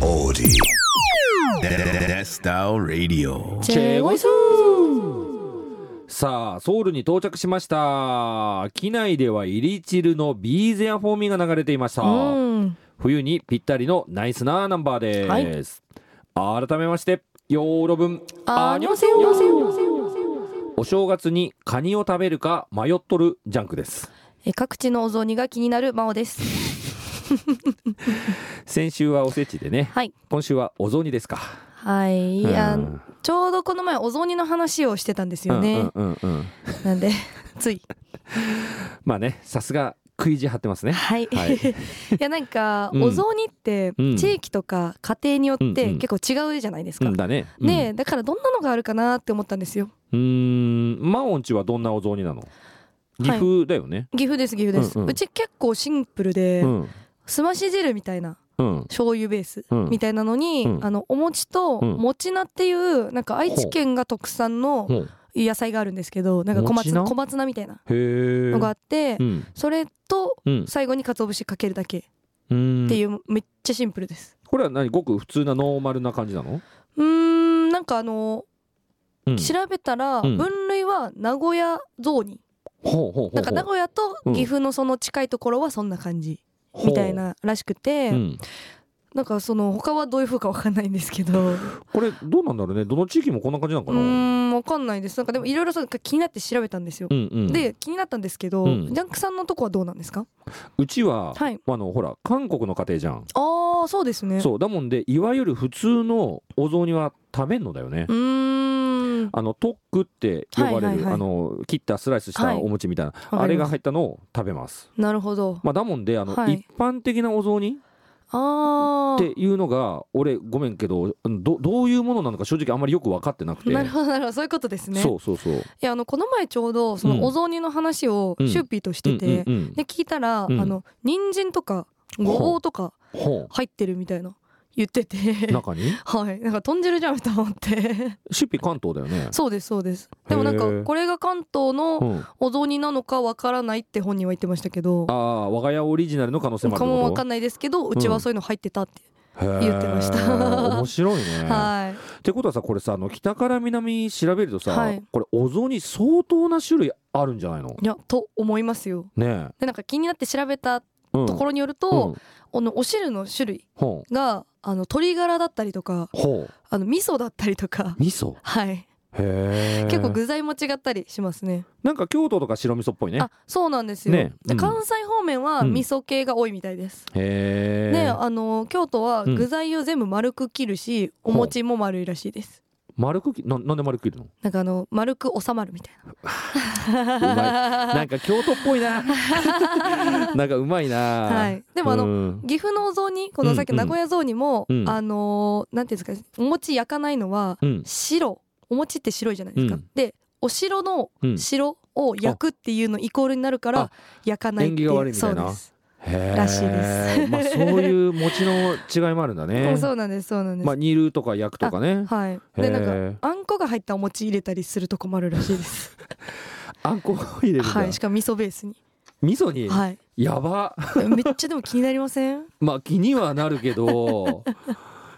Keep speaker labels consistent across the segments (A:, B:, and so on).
A: melody. That's Dial Radio.
B: チェゴイス
C: さあソウルに到着しました機内ではイリチルの「ビーゼアフォーミー」が流れていました、
B: うん
C: 冬にぴったりのナイスなナンバーです、改めましてヨーロ分
B: あにょせよ
C: お正月にカニを食べるか迷っとるジャンクです
B: え各地のお雑煮が気になる真央です
C: 先週はおせちでね
B: はい
C: 今週はお雑煮ですか
B: はいいうや
C: ん
B: ちょうどこの前お雑煮の話をしてたんですよね、
C: うんうんうんうん
B: なん でつい
C: まあねさすが食い地張ってますね
B: はい、、
C: はいい
B: やなんか、
C: うん
B: お雑煮って
C: うん
B: 地域とか家庭によっ
C: うんう
B: て
C: ん
B: 結構違うじゃないですか、
C: うんだね
B: ねえだからどんなのがあるかなって思ったんですよ
C: うんうーんマオンチはどんなお雑煮なの岐阜だよね、
B: 岐阜です岐阜です、
C: う
B: うん
C: うん
B: ち結構シンプルで、
C: うん
B: すまし汁みたいな
C: うん
B: 醤油ベース
C: うん
B: みたいなのに、
C: うん
B: あのお餅と
C: うん
B: もち菜っていうなんか愛知県が特産の
C: ほう
B: 野菜があるんですけどなんか小
C: もち
B: 松
C: 菜
B: 小松菜みたいな
C: へえ
B: のがあって
C: うん
B: それと
C: うん
B: 最後に鰹節かけるだけっ
C: うん
B: ていうめっちゃシンプルです
C: これは何ごく普通なノーマルな感じなの、
B: うーんなんかあの
C: うん
B: 調べたら
C: うん
B: 分類は名古屋雑煮
C: ほうほうほうほう
B: なんか名古屋と岐阜のその近いところはそんな感じみたいならしくて
C: ほううん
B: なんかその他はどういう風かわかんないんですけど
C: これ どうなんだろうねどの地域もこんな感じなのか
B: う
C: な
B: ーんわかんないですなんかでもいろいろそう気になって調べたんですよ、
C: うんうん
B: で気になったんですけど、
C: うん
B: ジャンクさんのとこはどうなんですか
C: うちは、
B: はい
C: あのほら韓国の家庭じゃん
B: ああそうですねう
C: そうだもんでいわゆる普通のお雑煮は食べんのだよね、
B: ーん
C: あのトックって呼ばれる、
B: はいはいはい
C: あの切ったスライスし
B: は
C: た
B: い
C: お餅みたいな、
B: ます
C: あれが入ったのを食べます
B: なるほど
C: まあ、だもんであの、
B: はい
C: 一般的なお雑煮
B: あ
C: っていうのが俺ごめんけどどどういうものなのか正直あんまりよく分かってなく
B: あ
C: て
B: なるほどなるほどそういうことですね
C: そうそうそう
B: いやあのこの前ちょうどそうの
C: ん
B: お雑煮の話を
C: うん
B: シューピーとしてて、
C: うんうんうん
B: で聞いたら、
C: うん
B: あの人参とかごぼうとか
C: ほ
B: 入ってるみたいな言ってて
C: う中に
B: はいなんか豚汁じゃんと思って
C: 出費関東だよね
B: そうですそうですでもなん
C: へー
B: かこれが関東の
C: うん、あ
B: お雑煮なのかわからないって本人は言ってましたけど
C: あ我が家オリジナルの可能性もある
B: かもわか
C: っ
B: んないですけどうちはそういうの入ってたって、
C: てこと
B: 言ってました
C: へー面白いね、
B: はい
C: ってことはさこれさあの北から南調べるとさ、
B: はい
C: これお雑煮相当な種類あるんじゃないの
B: いやと思いますよ
C: ね
B: でなんか気になって調べた
C: え、うん、
B: ところによる
C: う
B: と
C: ん、
B: あのお汁の種類
C: ほう
B: があの鶏ガラだったりとか
C: ほ
B: あの味噌だったりとか
C: う味噌
B: はい
C: へえ
B: 結構具材も違ったりしますね
C: なんか京都とか白味噌っぽいね
B: あそうなんですよ、
C: ね
B: で
C: うん
B: 関西方面は
C: うん
B: 味噌系が多いみたいです、
C: へえ
B: であの京都は
C: うん
B: 具材を全部丸く切るし、お餅も丸いらしいです
C: 丸くきななんで丸く切るの
B: なんかあの丸く収まるみたいう
C: まいなん
B: な。
C: か京都っぽいななんかうまいな
B: はい。でもあ
C: う
B: の
C: ん
B: 岐阜のお雑煮このさっきの名古屋雑煮も、
C: うん
B: あのーなんていうんですかお餅焼かないのは
C: うん
B: 白お餅って白いじゃないですか。
C: うん
B: でお城の
C: うん
B: 白を焼くっていうのイコールになるか
C: あ
B: ら焼かないってい
C: 縁起
B: う
C: が悪いみたいな
B: そうです、
C: ら
B: らしいです
C: まあそういう餅の違いもあるんだね。
B: そうなんですそうなんです。
C: まあ煮るとか焼くとかね。
B: はい、
C: へ
B: で
C: ー
B: なんかあんこが入ったお餅入れたりするとこもあるらしいです。
C: あんこを入れるんだ。
B: はい、しかも味噌ベースに。
C: 味噌に、
B: はい、
C: やば。
B: めっちゃでも気になりません。
C: まあ気にはなるけど。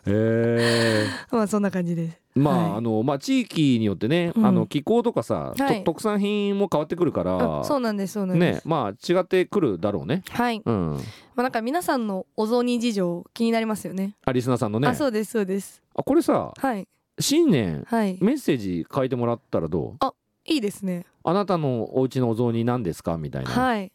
C: え
B: まあそんな感じです。
C: ー、まあ、
B: はい
C: あのまあ地域によってね、
B: うん
C: あの気候とかさ、と
B: はい
C: 特産品も変わってくるか
B: あ
C: ら、
B: そうなんですそうなんです。
C: ねまあ違ってくるだろうね。
B: はい。
C: うん。
B: まあ、なんか皆さんのお雑煮事情気になりますよね。
C: アリスナさんのね。
B: あ、そうです、そうです。
C: あこれさ
B: はい、
C: 新年
B: はい。
C: メッセージ書いてもらったらどう？
B: いいですね。
C: あなたのお家のお雑煮何ですかみたいな。
B: はい。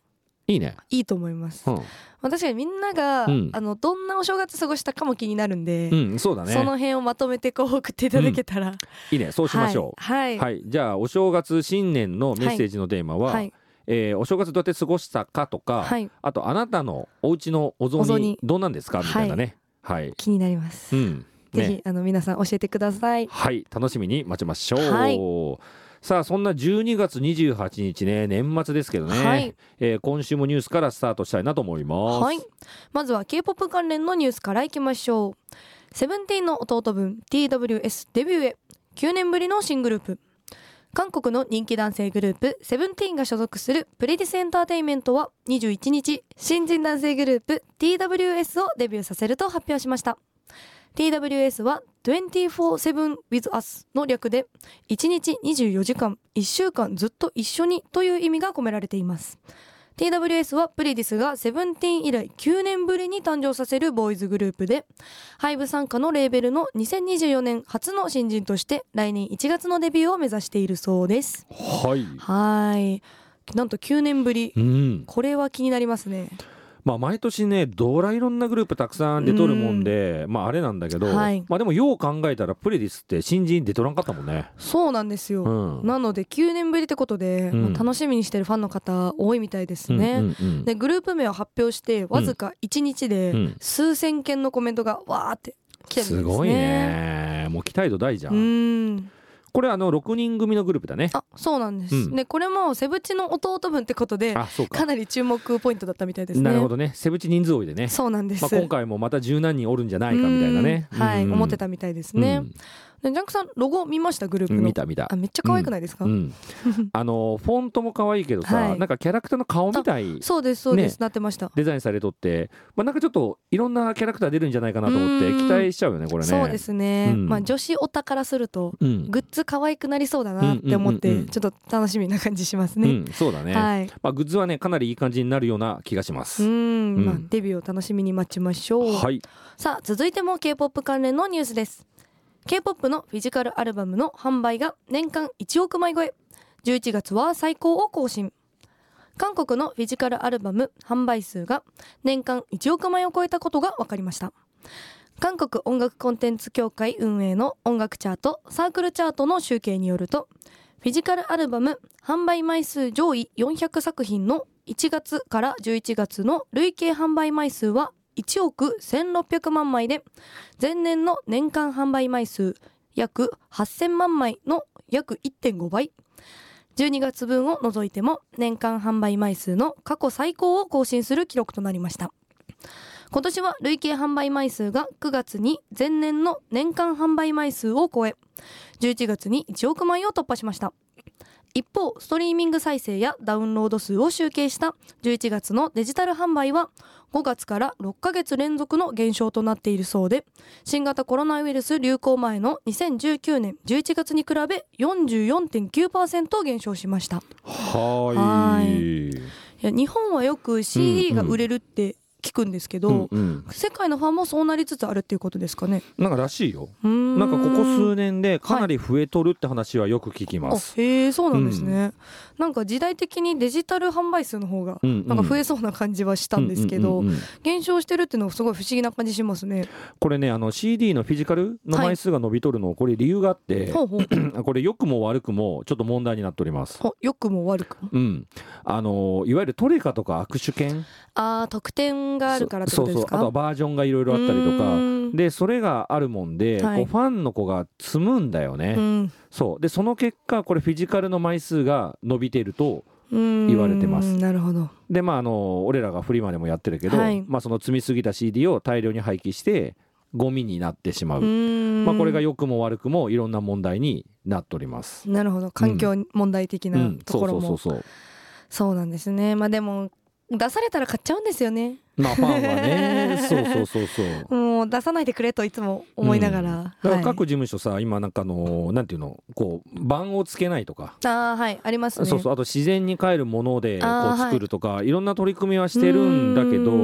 C: いいね。
B: いいと思います。
C: う
B: ま
C: ん。
B: あ、確かにみんなが、
C: うん
B: あの、どんなお正月過ごしたかも気になるんで。
C: うん、そうだね。
B: その辺をまとめてこう送っていただけたら、
C: いいね、そうしましょう。
B: はい、は
C: はいい、じゃあお正月新年のメッセージのテーマは、
B: はい
C: えーお正月どうやって過ごしたかとか、
B: はい
C: あとあなたのお家のお雑
B: お雑
C: 煮
B: 煮
C: どうなんですかみたいなね。はい、
B: 気になります、
C: うん、
B: ぜ
C: ね、
B: ひあの皆さん教えてください
C: はい、楽しみに待ちましょう。
B: はい
C: さあそんな12月28日ね年末ですけどね、
B: はい
C: えー今週もニュースからスタートしたいなと思います。
B: はい、まずは K-POP 関連のニュースからいきましょうセブンティーンの弟分 TWS デビューへ9年ぶりの新グループ韓国の人気男性グループセブンティーンが所属するプレディスエンターテインメントは21日新人男性グループ TWS をデビューさせると発表しました TWS は24-7 with us の略で1日24時間1週間ずっと一緒にという意味が込められています TWS はプリディスがセブンティーン以来9年ぶりに誕生させるボーイズグループでハイブ傘下のレーベルの2024年初の新人として来年1月のデビューを目指しているそうです
C: はい。
B: はいなんと9年ぶり
C: うん。
B: これは気になりますね
C: まあ毎年ね、どらいろんなグループたくさん出とるもんで、まああれなんだけど、
B: はい
C: まあでもよう考えたらプレディスって新人出とらんかったもんね。
B: そうなんですよ、
C: うん。
B: なので9年ぶりってことで、
C: うん
B: まあ楽しみにしてるファンの方多いみたいですね、
C: うんうんうん
B: でグループ名を発表してわずか1日で
C: うん
B: 数千件のコメントがわーって来てるんですね
C: すごいね。もう期待度大じゃ。
B: うんん
C: これあの6人組のグループだね。
B: あそうなんです、
C: うん
B: でこれもセブチの弟分ってことで
C: あ、そうか
B: か。なり注目ポイントだったみたいですね
C: なるほどね。セブチ人数多いでね。
B: そうなんです、
C: まあ今回もまた十何人おるんじゃないかみたいなね。
B: うんはい、
C: うん
B: 思ってたみたいですね、
C: うん
B: でジャンクさんロゴ見ましたグループの
C: 見た見た
B: あ。めっちゃ可愛くないですか、
C: うん、あのフォントも可愛いけどさ、
B: はい
C: なんかキャラクターの顔みたい
B: そうですそうです、
C: ね
B: なってました
C: デザインされとって、まあ、なんかちょっといろんなキャラクター出るんじゃないかなと思って
B: うん
C: 期待しちゃうよねこれね。
B: そうですね、
C: うん
B: まあ女子オタからすると
C: うん
B: グッズ可愛くなりそうだなって思っ
C: うんうんうん
B: て
C: うん
B: ちょっと楽しみな感じします
C: う
B: ね。
C: ん、そうだね、
B: はい、
C: まあ、グッズはねかなりいい感じになるような気がしま
B: う
C: す。
B: ん、
C: うん
B: まあデビューを楽しみに待ちましょう。
C: はい、
B: さあ続いても K-POP 関連のニュースです K-POP のフィジカルアルバムの販売が年間1億枚超え11月は最高を更新韓国のフィジカルアルバム販売数が年間1億枚を超えたことが分かりました韓国音楽コンテンツ協会運営の音楽チャートサークルチャートの集計によるとフィジカルアルバム販売枚数上位400作品の1月から11月の累計販売枚数は1億1600万枚で前年の年間販売枚数約8000万枚の約1.5倍12月分を除いても年間販売枚数の過去最高を更新する記録となりました今年は累計販売枚数が9月に前年の年間販売枚数を超え11月に1億枚を突破しました一方ストリーミング再生やダウンロード数を集計した11月のデジタル販売は5月から6ヶ月連続の減少となっているそうで新型コロナウイルス流行前の2019年11月に比べ44.9%減少しました
C: はい
B: はいいや日本はよく CD が売れるって聞くんですけど、
C: うんうん、
B: 世界のファンもそうなりつつあるっていうことですかね
C: なんからしいよ。
B: な
C: なんかここ数年でかなり増えとるって話はよく聞きます。
B: あへえそうなんですね、なんか時代的にデジタル販売数の方が
C: うんうん
B: なんか増えそうな感じはしたんですけど、
C: うんうんうんうん
B: 減少してるっていうのはすごい不思議な感じしますね、
C: これねあの CD のフィジカルの枚数が伸びとるの、これ理由があって
B: ほうほう
C: これ良くも悪くもちょっと問題になっております。
B: ほ良くも悪くも
C: うん、あのいわゆるトレカとか握手券
B: ああ特典があるからってことですか
C: そうそうあとはバージョンがいろいろあったりと
B: う
C: か
B: ーん
C: でそれがあるもんで、
B: はい
C: こうファンの子が積むんだよね、
B: うん
C: そうでその結果これフィジカルの枚数が伸びてると
B: うん
C: 言われてます
B: なるほど
C: でまああの俺らがフリマでもやってるけど、
B: はい
C: まあ、その積みすぎた CD を大量に廃棄してゴミになってしまう、ま
B: ま
C: あ、これが良くも悪くもいろんな問題になっております。
B: なるほど環境問題的
C: う、
B: なんと
C: そ
B: こ
C: うそ
B: ろ
C: うそう
B: も
C: そう
B: そうなんですねまあでも出されたら買っちゃうんですよね
C: まあファン はねそうそうそうそう
B: もう出さないでくれといつも思いながら、
C: だから
B: はい
C: 各事務所さ、今なんかあのなんていうのこう番をつけないとか、
B: ああはいありますね
C: そうそうあと自然に帰るものでこ
B: あー
C: う作るとか、い、ろんな取り組みはしてるんだけ
B: う
C: ど
B: ー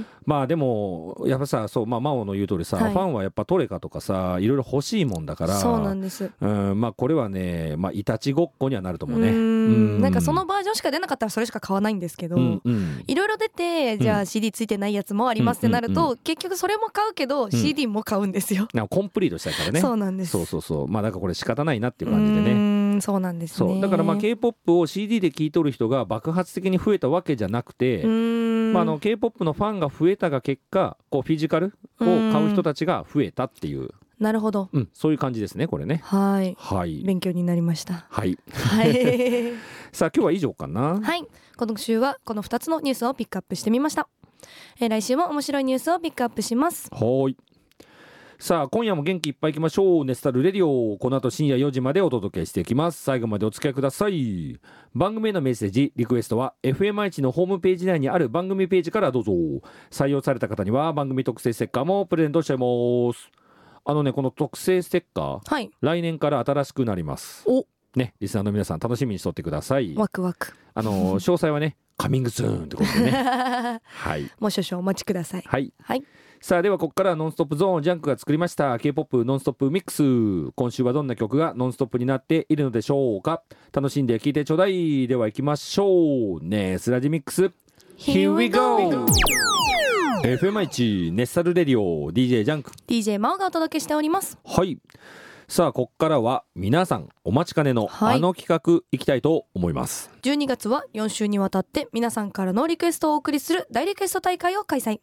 B: ん
C: まあでもやっぱさそうまあ真央の言う通りさ、
B: はい
C: ファンはやっぱトレカとかさいろいろ欲しいもんだから
B: そうなんです
C: うんまあこれはねまあいたちごっこにはなると思うね
B: うーんなんかその
C: 場
B: バージョンしか出なかったらそれしか買わないんですけど、
C: うんうん
B: いろいろ出てじゃ
C: う
B: あ CD ついてないやつもありますってなると、
C: うんうん
B: 結局それも買うけど CD も買うんですよ、
C: なんかコンプリートしたいからね
B: そうなんです
C: そうそうそうまあなんかこれ仕方ないなっていう
B: う
C: 感じでね
B: ーんそうなんですね
C: そうだからまあ K-POP を CD で聴いとる人が爆発的に増えたわけじゃなくて、
B: うーん
C: まあ、あの K-POP のファンが増えたが結果こうフィジカルを買う人たちが増えたっていう、
B: なるほど
C: うん、そういう感じですねこれね
B: はい
C: はい、
B: 勉強になりま した
C: はい、
B: はい
C: さあ今日は以上かな
B: はい今週はこの2つのニュースをピックアップしてみました、えー来週も面白いニュースをピックアップします
C: はいさあ今夜も元気いっぱいいきましょう「ネスタルレディオ」この後深夜4時までお届けしていきます最後までお付き合いください番組へのメッセージリクエストは FMI1 のホームページ内にある番組ページからどうぞ採用された方には番組特製ステッカーもプレゼントしちゃいますあのねこの特製ステッカー
B: はい
C: 来年から新しくなります
B: お
C: ねリスナーの皆さん楽しみにしとってください
B: ワクワク
C: あの 詳細はねカミングスーンってことで ねはい
B: もう少々お待ちください
C: はい
B: はい
C: さあではここからはノンストップゾーンジャンクが作りました K-POP ノンストップミックス今週はどんな曲がノンストップになっているのでしょうか楽しんで聴いてちょうだいでは行きましょうねスラジミックス Here we go! FM1 ネッサルレディオ DJ ジャンク
B: DJ 真央がお届けしております
C: はいさあここからは皆さんお待ちかねの
B: はい
C: あの企画いきたいと思います、
B: 12月は4週にわたって皆さんからのリクエストをお送りする大リクエスト大会を開催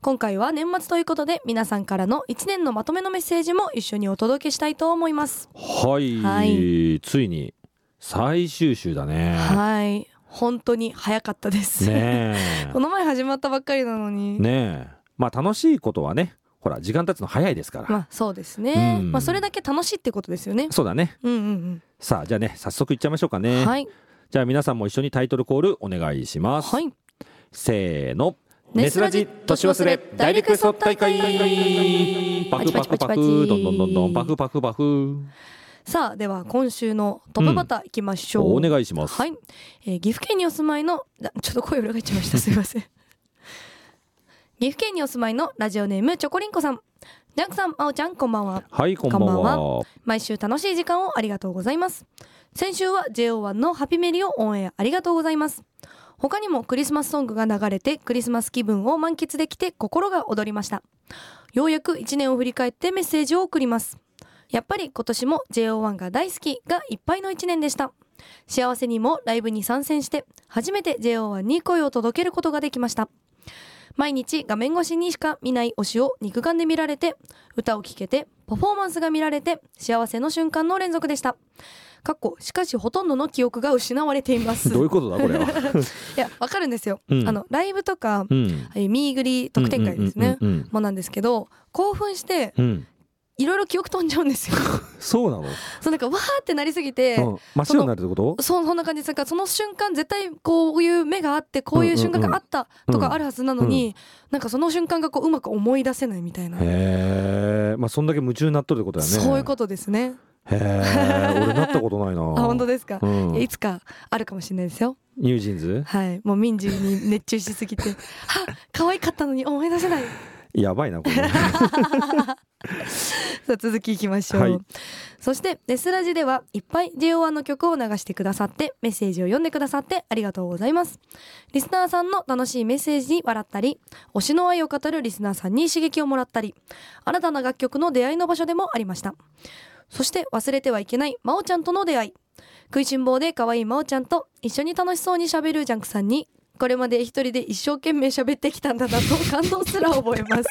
B: 今回は年末ということで皆さんからの1年のまとめのメッセージも一緒にお届けしたいと思います
C: はい、
B: は
C: ついに最終週だね
B: はい本当に早かったです、
C: ねえ
B: この前始まったばっかりなの に、
C: ねえまあ楽しいことはねほら時間経つの早いですから、
B: まあそうですね、
C: うん
B: まあそれだけ楽しいってことですよね
C: そうだね
B: うんうん
C: さあじゃあね早速いっちゃいましょうか
B: うん、
C: ね、
B: はい
C: じゃあ皆さんも一緒にタイトルコールお願いします、
B: はい
C: せーの
B: ネスラジ年忘れ大リクエスト大会
C: パクパ
B: パ
C: クパ
B: チパチパチパチ
C: クどんどんどんどんパクパクパク
B: さあでは今週のトップバッターいきましょう、
C: お願いします、
B: はい、えー岐阜県にお住まいのあちょっと声裏返っちゃいま したすいません岐阜県にお住まいのラジオネームチョコリンコさんジャンクさんあおちゃんこんばんは
C: はいこんばんは
B: こんばん毎週楽しい時間をありがとうございます先週は JO1 のハピメリをオンエアありがとうございます他にもクリスマスソングが流れてクリスマス気分を満喫できて心が躍りましたようやく1年を振り返ってメッセージを送りますやっぱり今年も JO1 が大好きがいっぱいの1年でした幸せにもライブに参戦して初めて JO1 に声を届けることができました毎日画面越しにしか見ない推しを肉眼で見られて歌を聴けてパフォーマンスが見られて幸せの瞬間の連続でしたかっこしかしほとんどの記憶が失われています
C: どういうことだこれ は
B: いやわかるんですよ、
C: うん
B: あのライブとか、
C: うん
B: えーミーグリ特典会ですね、
C: うんうん
B: もなんですけど興奮して
C: うんうんうん
B: いろいろ記憶飛んじゃうんですよ
C: そうなの、
B: そうなんかわーってなりすぎて、
C: うん、真っ白になるってこと
B: そうそんな感じですなんかその瞬間絶対こういう目があってこういう瞬間があったとかあるはずなのに、なんかその瞬間がこううまく思い出せないみたいな、
C: へえまあそんだけ夢中になっとるってことだよね
B: そういうことですね
C: へえ俺なったことないな
B: あ本当ですか、
C: うん
B: いやいつかあるかもしれないですよ
C: ニュージーンズ
B: はいもう民事に熱中しすぎて は可愛かったのに思い出せない
C: やばいなこれ
B: さあ続きいきましょう、
C: はい
B: そしてネスラジではいっぱい JO1 の曲を流してくださってメッセージを読んでくださってありがとうございますリスナーさんの楽しいメッセージに笑ったり推しの愛を語るリスナーさんに刺激をもらったり新たな楽曲の出会いの場所でもありましたそして忘れてはいけない真央ちゃんとの出会い食いしん坊で可愛い真央ちゃんと一緒に楽しそうに喋るジャンクさんにこれまで一人で一生懸命喋ってきたんだなと感動すら覚えます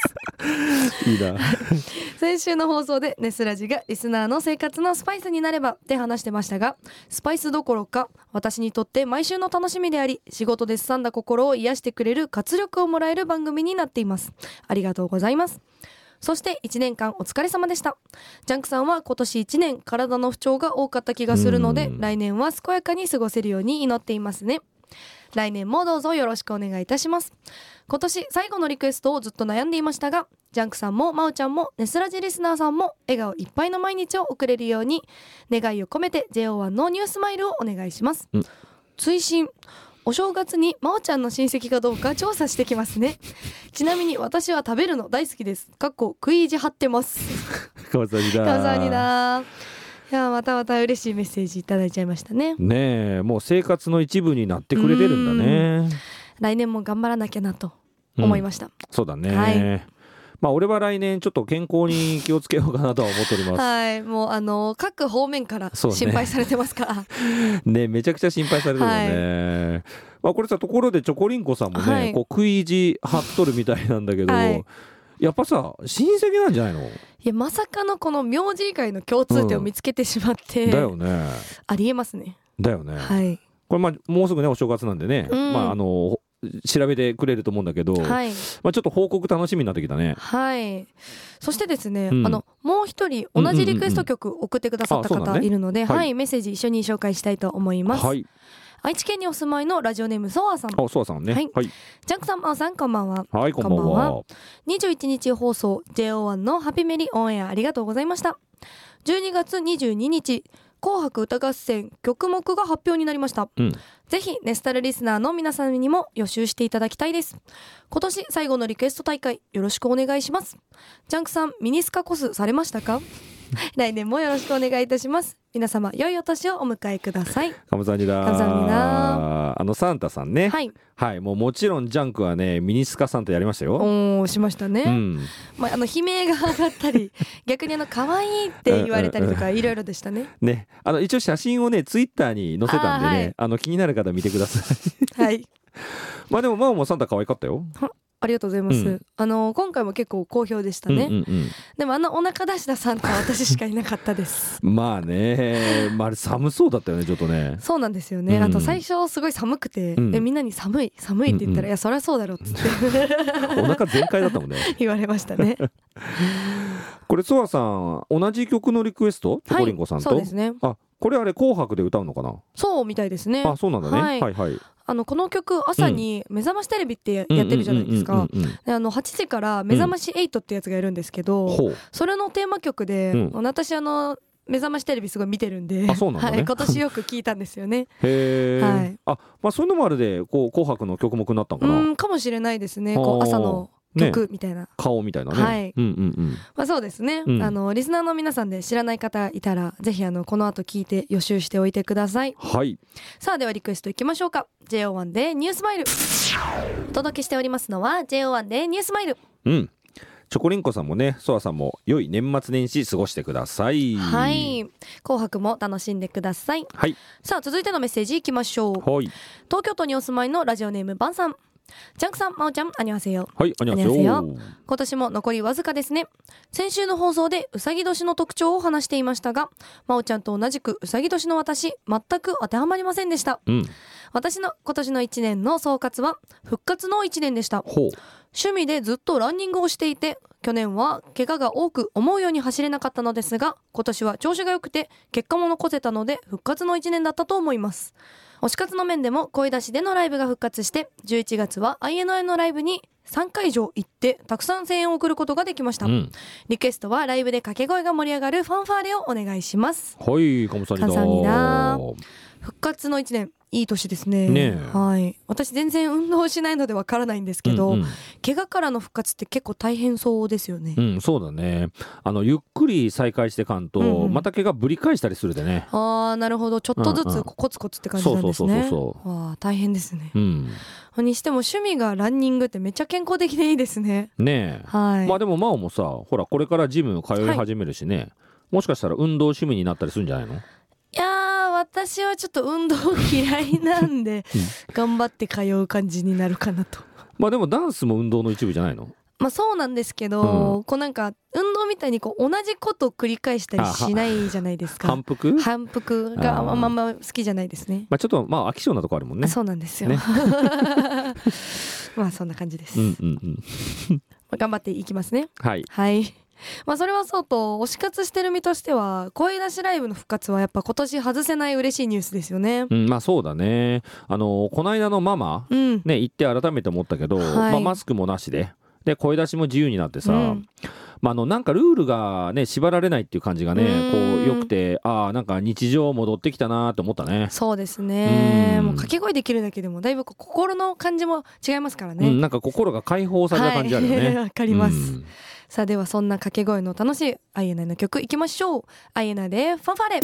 C: いいな
B: 先週の放送でネスラジがリスナーの生活のスパイスになればって話してましたがスパイスどころか私にとって毎週の楽しみであり仕事で荒んだ心を癒してくれる活力をもらえる番組になっていますありがとうございますそして1年間お疲れ様でしたジャンクさんは今年1年体の不調が多かった気がするので
C: うん
B: 来年は健やかに過ごせるように祈っていますね来年もどうぞよろしくお願いいたします今年最後のリクエストをずっと悩んでいましたがジャンクさんもまおちゃんもネスラジリスナーさんも笑顔いっぱいの毎日を送れるように願いを込めて JO1 のニュースマイルをお願いします、
C: うん
B: 追伸お正月にまおちゃんの親戚かどうか調査してきますねちなみに私は食べるの大好きですかっこ食い意地張ってます
C: 川崎だ
B: 感想にないやまたまた嬉しいメッセージいただいちゃいましたね
C: ねえもう生活の一部になってくれてるんだね
B: 来年も頑張らなきゃなと思いました、
C: そうだね、
B: はい
C: まあ俺は来年ちょっと健康に気をつけようかなとは思っておりま
B: はいもうあの各方面から
C: そうね
B: 心配されてますから、
C: すねめちゃくちゃ心配されるよね、まあこれさところでチョコリンコさんもね、
B: はい
C: こう食い意地張っとるみたいなんだけど、
B: はい
C: やっぱさ親戚なんじゃないの、
B: いやまさかのこの名字以外の共通点を見つけてしまって、
C: だよね
B: ありえますね、
C: だよね、
B: はい
C: これまあもうすぐねお正月なんでね、
B: うん
C: まああの調べてくれると思うんだけど、
B: はい
C: まあちょっと報告楽しみになってきたね。
B: はいそしてですね、
C: うん
B: あのもう一人同じリクエスト曲送ってくださった
C: うんうんうんうんあ
B: 方
C: そうなんね
B: いるので、
C: はい
B: はい、メッセージ一緒に紹介したいと思います、
C: はい。
B: 愛知県にお住まいのラジオネームソワーさん
C: あ、そうさんね。
B: はい
C: はい。
B: ジャンクさんあおさんこんばんは
C: はい、こんばん
B: こんばん
C: は。
B: 21日放送 JO1 のハピメリオンエアありがとうございました12月22日紅白歌合戦曲目が発表になりました、
C: うん
B: ぜひネスタルリスナーの皆さんにも予習していただきたいです今年最後のリクエスト大会よろしくお願いしますジャンクさんミニスカコスされました か来年もよろしくお願いいたします皆様良いお年をお迎えください
C: カムザニダ
B: カムサハニ
C: あのサンタさんね。
B: はい
C: はい。もうもちろんジャンクはね、ミニスカサンタやりましたよ。
B: おーしましたね、
C: うん。
B: まあ、あの悲鳴が上がった り逆にあの可愛いって言われたりとかいろいろでしたね
C: ね。あの、一応写真をね、ツイッターに載せたんで
B: あーは
C: ね
B: い、
C: あの、気になる方見てください。
B: はい
C: まあでも、マオもサンタ可愛かったよ。
B: ありがとうございます、
C: うん
B: あの今回も結構好評でした
C: うんう
B: ね、
C: んうん。
B: でもあのお腹出したサンタは私しかいなかったです
C: まあね、まああれ寒そうだったよね、ちょっと ね。
B: そうなんですよね、
C: うん
B: あと最初すごい寒くて、
C: うん
B: でみんなに寒い寒いって言ったら、
C: うんうん
B: いやそりゃそうだろうっつって
C: お腹全開だったもんね。
B: 言われましたね
C: これ、ソワさん、同じ曲のリクエスト、チョコリンコさんと。
B: そうですね
C: あ、これあれ、紅白で歌うのかな。
B: そうみたいですね
C: あ、そうなんだね。は、
B: はいい
C: はい、はい。
B: あのこの曲朝に「目覚ましテレビ」ってやってるじゃないです
C: うんう
B: か
C: んうんうんうん
B: であの8時から「目覚まし8」ってやつがいるんですけど、
C: ほう。
B: それのテーマ曲で、
C: うん
B: あの私あの目覚ましテレビすごい見てるんで
C: あそうなんだね
B: はい、今年よく聞いたんですよね
C: へえ、
B: はい
C: あ、まあ、そういうのもあるで、こう、紅白の曲目になったん
B: う
C: かな。
B: んかもしれないですねこ
C: あ
B: う
C: ー
B: 朝の
C: ね、
B: 曲みたいな、
C: 顔みたいなね。
B: はい
C: うん、うん、うん。
B: まあ、そうですね、
C: うん
B: あのリスナーの皆さんで知らない方いたらぜひあのこの後聞いて予習しておいてください
C: はい。
B: さあではリクエストいきましょうか JO1 でニュースマイルお届けしておりますのは JO1 でニュースマイル
C: うん。チョコリンコさんもね、ソワさんも、良い年末年始過ごしてください。
B: はい紅白も楽しんでください
C: はい。
B: さあ続いてのメッセージいきましょう
C: はい。
B: 東京都にお住まいのラジオネームバンさんジャンクさんまおちゃんあにわせよ
C: はい、ありがと
B: こんにちは
C: う。
B: 今年も残りわずかですね先週の放送でうさぎ年の特徴を話していましたがまおちゃんと同じくうさぎ年の私全く当てはまりませんでした
C: うん。
B: 私の今年の1年の総括は復活の1年でした
C: ほう。
B: 趣味でずっとランニングをしていて去年は怪我が多く思うように走れなかったのですが今年は調子が良くて結果も残せたので復活の1年だったと思います推し活の面でも声出しでのライブが復活して11月は INI のライブに3回以上行ってたくさん声援を送ることができました、
C: うん。
B: リクエストはライブで掛け声が盛り上がるファンファーレをお願いします
C: はい、カムサニ
B: カ
C: ダ。
B: ムサハニダ復活の1年いい年ですね
C: ねえ
B: はい私全然運動しないのでわからないんですけど、
C: うんうん
B: 怪我からの復活って結構大変そうですよね、
C: うん、そうだね。あの、ゆっくり再開してかんと、
B: うんうん
C: また毛がぶり返したりするでね。
B: あーなるほどちょっとず
C: うんう
B: つ
C: ん
B: コツコツって感じなんです
C: そうそう
B: ね
C: そうそ
B: わあ大変ですね
C: うん。
B: にしても趣味がランニングってめっちゃ健康的でいいですね
C: ねえ。
B: はい、
C: まあでも、真央もさ、ほら、これからジム通い始めるしね、もしかしたら運動趣味になったりするんじゃないの
B: いやー私はちょっと運動嫌いなん で、頑張って通う感じになるかなと
C: まあでも、ダンスも運動の一部じゃないの
B: まあそうなんですけど、
C: う
B: こうなんか運動みたいにこう同じことを繰り返したりしないじゃないですか
C: 反復
B: 反復があ
C: あー
B: んまあんま好きじゃないですね
C: まあちょっと、まあ飽き性なとこあるもんね。
B: そうなんですよ、
C: ね
B: まあそんな感じです、
C: うんうんうん。
B: 頑張っていきますね
C: はい。
B: はいまあそれはそうと推し活してる身としては声出しライブの復活はやっぱ今年外せない嬉しいニュースですよね
C: うん、まあそうだね。あの、この間のママ、
B: うん
C: ね、行って改めて思ったけど、
B: はい
C: まあマスクもなしで。で声出しも自由になってさ、
B: うん
C: まあ、あのなんかルールが、ね、縛られないっていう感じがね
B: うん
C: こうよくてああなんか日常戻ってきたなと思ったね
B: そうですね
C: うん
B: もう掛け声できるだけでもだいぶこう心の感じも違いますから
C: う
B: ね、
C: ん、なんか心が解放された感じあるよ
B: はい
C: ね。
B: わかります、
C: うん
B: さあではそんな掛け声の楽しい INI の曲いきましょう INI でファンファーレ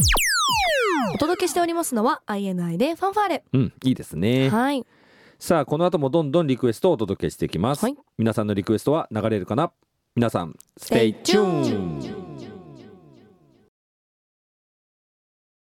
B: お届けしておりますのは INI でファンファーレ
C: うん、いいですね。
B: はい
C: さあ、この後もどんどんリクエストをお届けしていきます。
B: はい
C: 皆さんのリクエストは流れるかな皆さん、ステイチューン